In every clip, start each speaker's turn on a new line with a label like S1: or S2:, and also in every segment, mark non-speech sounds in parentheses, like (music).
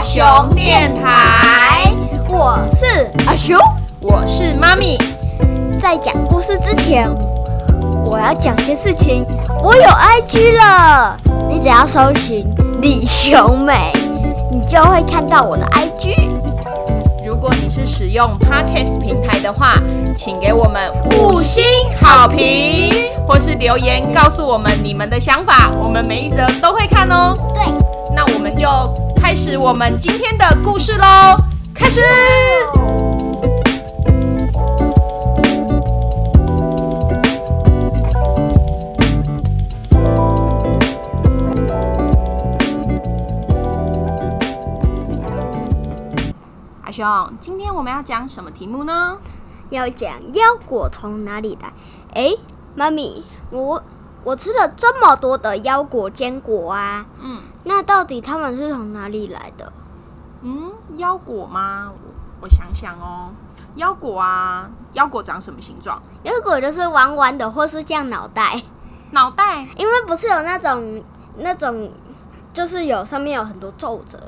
S1: 熊电台，
S2: 我是阿熊。
S1: 我是妈咪。
S2: 在讲故事之前，我要讲件事情。我有 IG 了，你只要搜寻李雄美，你就会看到我的 IG。
S1: 如果你是使用 Podcast 平台的话，请给我们
S2: 五星
S1: 好评，或是留言告诉我们你们的想法，我们每一则都会看哦。
S2: 对，
S1: 那我们就开始我们今天的故事喽，开始。阿兄，今天我们要讲什么题目呢？
S2: 要讲腰果从哪里来？诶，妈咪，我我吃了这么多的腰果坚果啊，
S1: 嗯
S2: 那到底它们是从哪里来的？
S1: 嗯，腰果吗？我我想想哦，腰果啊，腰果长什么形状？
S2: 腰果就是弯弯的，或是像脑袋。
S1: 脑袋
S2: 因为不是有那种那种，就是有上面有很多皱褶，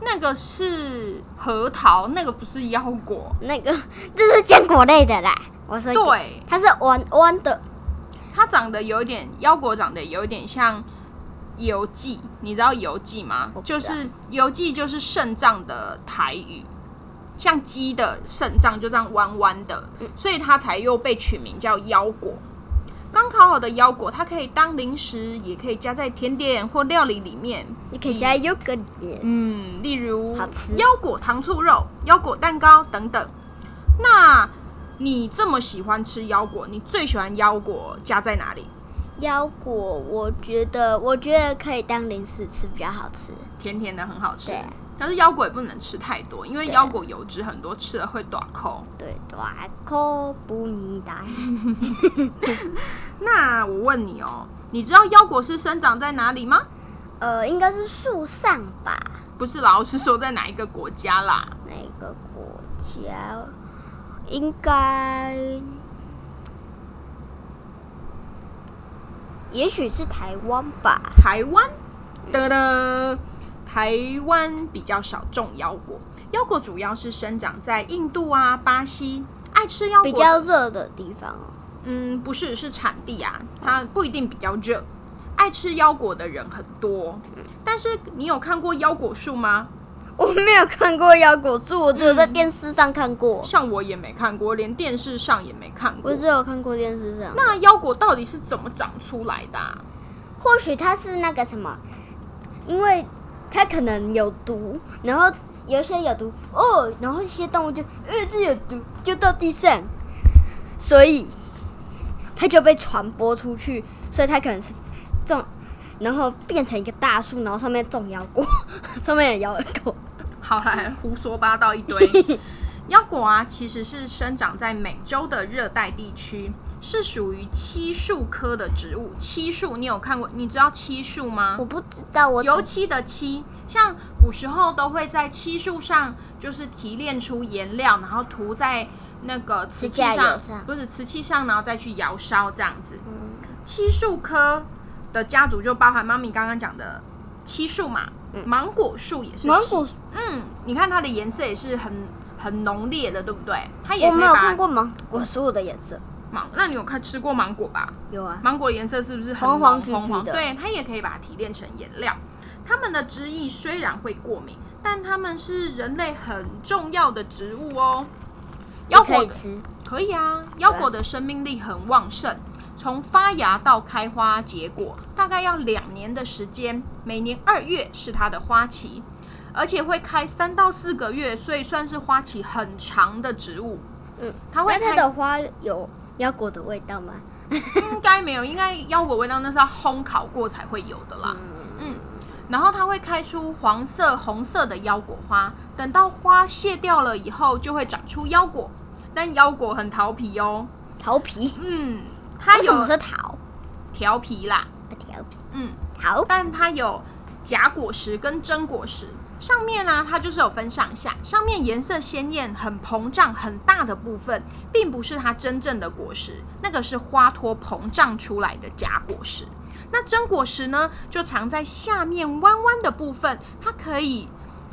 S1: 那个是核桃，那个不是腰果。
S2: 那个 (laughs) 这是坚果类的啦。我说坚
S1: 对，
S2: 它是弯弯的，
S1: 它长得有一点，腰果长得有一点像邮寄，你知道邮寄吗
S2: 我？不知
S1: 就
S2: 道
S1: 是邮寄就是肾脏的台语，像鸡的肾脏就这样弯弯的，
S2: 嗯
S1: 所以它才又被取名叫腰果。刚烤好的腰果，它可以当零食，也可以加在甜点或料理里面。
S2: 你可以加在 yogurt 里面。
S1: 嗯，例如
S2: 好吃
S1: 腰果糖醋肉、腰果蛋糕等等。那你这么喜欢吃腰果，你最喜欢腰果加在哪里？
S2: 腰果，我觉得我觉得可以当零食吃比较好吃。
S1: 甜甜的，很好吃
S2: 对。
S1: 但是腰果也不能吃太多，因为
S2: 对
S1: 腰果油脂很多，吃了会短口。
S2: 对，大口不泥呆。
S1: 那我问你哦，你知道腰果是生长在哪里吗？
S2: 呃，应该是树上吧？
S1: 不是啦，我是说在哪一个国家啦？
S2: 哪个国家？应该，也许是台湾吧。
S1: 台湾，的的，台湾比较少种腰果，腰果主要是生长在印度啊、巴西。爱吃腰果
S2: 比较热的地方哦。
S1: 嗯，不是，是产地啊，它不一定比较热。爱吃腰果的人很多，但是你有看过腰果树吗？
S2: (laughs) 我没有看过腰果树，我只有在电视上看过，
S1: 像我也没看过，连电视上也没看过
S2: 我。只有看过电视上。
S1: 那腰果到底是怎么长出来的啊、
S2: 或许它是那个什么，因为它可能有毒，然后有一些有毒哦，然后一些动物就呃这有毒就到地上，所以它就被传播出去，所以它可能是种，然后变成一个大树，然后上面种腰果， (laughs) 上面有腰果。
S1: 好啦，胡说八道一堆。腰果啊，其实是生长在美洲的热带地区，是属于漆树科的植物。漆树，你有看过？你知道漆树吗
S2: 我？不知道，我只
S1: 油漆的漆，像古时候都会在漆树上，就是提炼出颜料，然后涂在那个瓷器
S2: 指甲
S1: 上，
S2: 油上
S1: 不是瓷器上，然后再去窑烧这样子。
S2: 嗯
S1: 漆树科的家族就包含妈咪刚刚讲的漆树嘛，芒果树也是
S2: 嗯芒
S1: 漆
S2: 果
S1: 嗯，你看它的颜色也是很很浓烈的，对不对？它也
S2: 我
S1: 可以
S2: 没有
S1: 把
S2: 看过芒果所有的颜色，
S1: 芒，那你有看吃过芒果吧？
S2: 有啊，
S1: 芒果颜色是不是很
S2: 黄黄
S1: 浓
S2: 橘橘
S1: 红黄
S2: 的
S1: 对，它也可以把它提炼成颜料。它们的汁液虽然会过敏，但它们是人类很重要的植物哦。腰
S2: 也可
S1: 果
S2: 以吃。
S1: 可以啊，腰果的生命力很旺盛，从发芽到开花结果大概要两年的时间，每年二月是它的花期，而且会开三到四个月，所以算是花期很长的植物。
S2: 嗯，
S1: 它会
S2: 那它
S1: 开，
S2: 的花有腰果的味道吗？
S1: 应该没有，应该腰果味道那是要烘烤过才会有的啦。
S2: 嗯，
S1: 嗯，然后它会开出黄色、红色的腰果花，等到花谢掉了以后，就会长出腰果。但腰果很调皮哦，
S2: 桃皮。
S1: 嗯，它
S2: 为什么
S1: 有
S2: 是桃？
S1: 调皮啦，
S2: 啊桃皮，
S1: 嗯，
S2: 桃皮
S1: 但它有假果实跟真果实。上面呢、它就是有分上下，上面颜色鲜艳、很膨胀、很大的部分，并不是它真正的果实，那个是花托膨胀出来的假果实。那真果实呢，就藏在下面弯弯的部分，它可以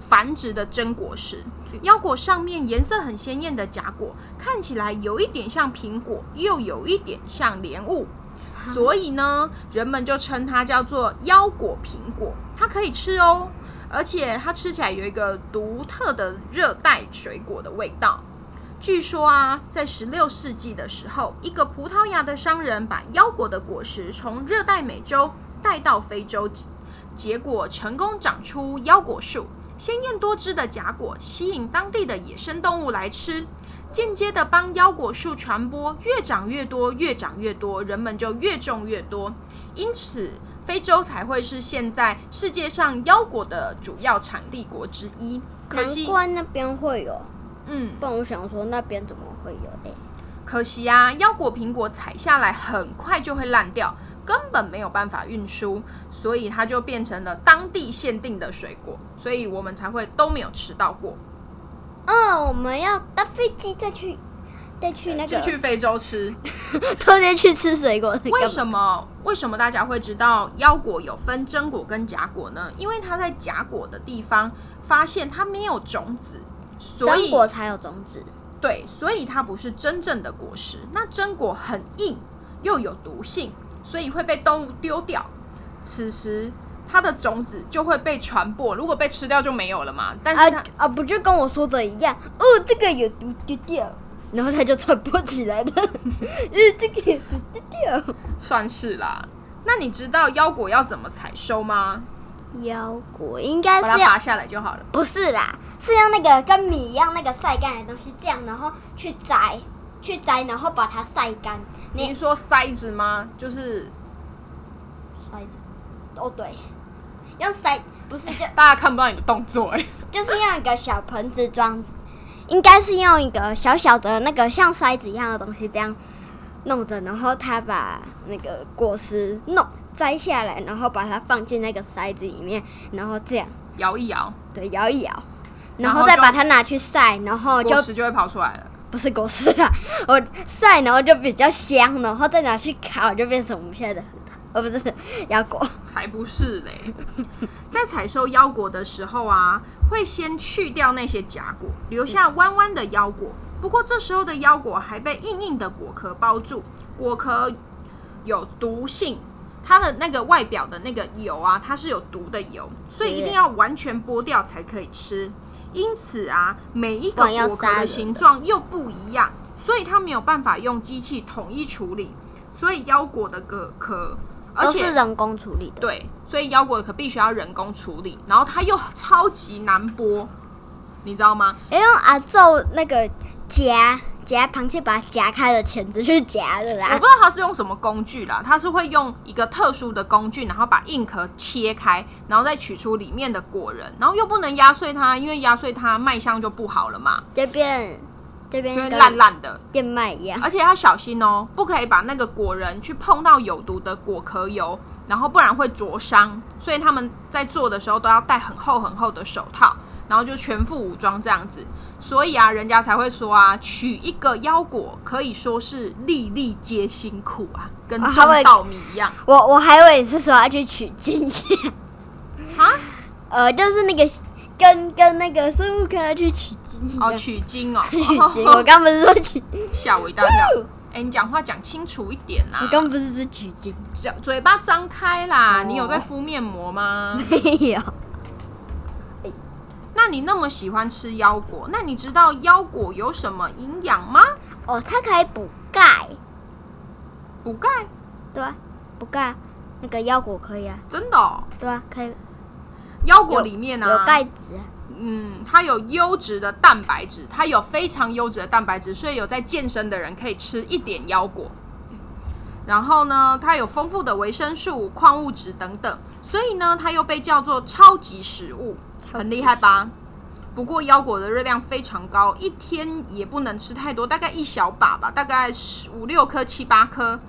S1: 繁殖的真果实。腰果上面颜色很鲜艳的假果，看起来有一点像苹果，又有一点像莲雾，所以呢，人们就称它叫做腰果苹果。它可以吃哦，而且它吃起来有一个独特的热带水果的味道。据说啊，在十六世纪的时候，一个葡萄牙的商人把腰果的果实从热带美洲带到非洲，结果成功长出腰果树。鲜艳多汁的假果吸引当地的野生动物来吃，间接的帮腰果树传播，越长越多，越长越多，人们就越种越多，因此非洲才会是现在世界上腰果的主要产地国之一。可
S2: 难
S1: 惜，
S2: 怪那边会有。
S1: 嗯，
S2: 不然我想说那边怎么会有嘞？
S1: 可惜啊，腰果苹果采下来很快就会烂掉，根本没有办法运输，所以它就变成了当地限定的水果，所以我们才会都没有吃到过，
S2: 哦，我们要搭飞机再去，再去那
S1: 就
S2: 个， (laughs)
S1: 去非洲吃。
S2: 偷天去吃水果。
S1: 为什么？为什么大家会知道腰果有分真果跟假果呢？因为它在假果的地方发现它没有种子，所
S2: 榛
S1: 以
S2: 果才有种子？
S1: 对，所以它不是真正的果实。那榛果很硬，又有毒性，所以会被动物丢掉。此时它的种子就会被传播，如果被吃掉就没有了嘛。但是它、
S2: 啊啊，不就跟我说的一样？哦，这个有毒丢掉，然后它就传播起 (laughs) 来的。呃，这个有毒丢掉。
S1: 算是啦。那你知道腰果要怎么采收吗？
S2: 腰果应该
S1: 把它
S2: 是要
S1: 拔下来就好了。
S2: 不是啦，是用那个跟米一样那个晒干的东西，这样然后去摘，去摘，然后把它晒干。
S1: 你
S2: 你
S1: 说筛子吗？就是
S2: 筛子？哦，对，用筛不是就
S1: 大家看不到你的动作哎、
S2: 就是用一个小盆子装，应该是用一个小小的那个像筛子一样的东西这样弄着，然后他把那个果实弄摘下来，然后把它放进那个筛子里面，然后这样
S1: 摇一摇，
S2: 对摇一摇，
S1: 然
S2: 然
S1: 后
S2: 后再
S1: 就
S2: 把它拿去晒，然后就
S1: 果实就会跑出来了。
S2: 不是果实啦， (laughs) 我晒然后就比较香，然后再拿去烤就变成我们现在的核桃，哦不是 (laughs) 腰果，
S1: 才不是嘞！ (laughs) 在采收腰果的时候啊，会先去掉那些假果，留下
S2: 嗯
S1: 弯弯的腰果。不过这时候的腰果还被硬硬的果壳包住，果壳有毒性，它的那个外表的那个油啊，它是有毒的油，所以一定要完全剥掉才可以吃。因此啊，每一个
S2: 不然要
S1: 果
S2: 杀
S1: 壳的
S2: 人
S1: 形状又不一样，所以它没有办法用机器统一处理，所以腰果的壳壳，而
S2: 都
S1: 且
S2: 是人工处理的，
S1: 对，所以腰果可必须要人工处理，然后它又超级难剥，你知道吗？
S2: 也用阿宙那个夹夹螃蟹把它夹开的钳子去夹的
S1: 我
S2: 啦
S1: 不，知道它是用什么工具啦，它是会用一个特殊的工具，然后把硬壳切开，然后再取出里面的果仁，然后又不能压碎它，因为压碎它卖相就不好了嘛，
S2: 这边这
S1: 因为
S2: 边
S1: 烂
S2: 跟
S1: 烂的。
S2: 燕麦一样，
S1: 而且要小心哦，不可以把那个果仁去碰到有毒的果壳油，然后不然会灼伤。所以他们在做的时候都要戴很厚很厚的手套，然后就全副武装这样子。所以啊，人家才会说啊，取一个腰果可以说是粒粒皆辛苦啊，跟
S2: 啊还会
S1: 种稻米一
S2: (laughs)
S1: 样
S2: 我我还以为你是说要去取经去，
S1: 啊。
S2: (laughs) 呃，就是那个跟跟那个孙悟空要去取经一样，
S1: 哦，取经哦，
S2: 取经，我刚不是说取，
S1: (laughs) 吓我一大跳。哎、你讲话讲清楚一点啦
S2: 我，刚不是说取经，
S1: 讲嘴巴张开啦。
S2: 哦
S1: 你有在敷面膜吗？
S2: 没有。
S1: 那你那么喜欢吃腰果，那你知道腰果有什么营养吗？
S2: 哦，它可以补钙，
S1: 补钙，
S2: 对啊，补钙那个腰果可以啊，
S1: 真的、哦，
S2: 对啊，可以
S1: 腰果里面呢、
S2: 有钙质啊，
S1: 嗯，它有优质的蛋白质，它有非常优质的蛋白质，所以有在健身的人可以吃一点腰果。然后呢，它有丰富的维生素、矿物质等等，所以呢，它又被叫做超级食物，
S2: 超
S1: 很
S2: 级
S1: 厉害吧？不过腰果的热量非常高，一天也不能吃太多，大概一小把吧，大概十五六颗、七八颗，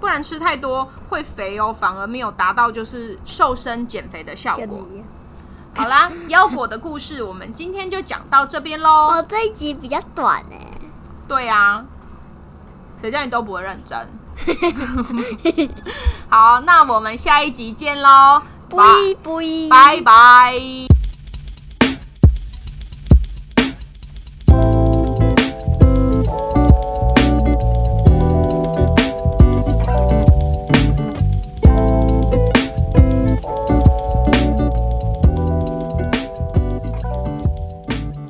S1: 不然吃太多会肥哦，反而没有达到就是瘦身减肥的效
S2: 跟
S1: 果。
S2: 你一样。
S1: 好啦，腰果的故事我们今天就讲到这边喽。
S2: 哦，这一集比较短哎、
S1: 对啊，谁叫你都不会认真。 (laughs) 好，那我们下一集见喽，
S2: 不一不一。
S1: 拜拜。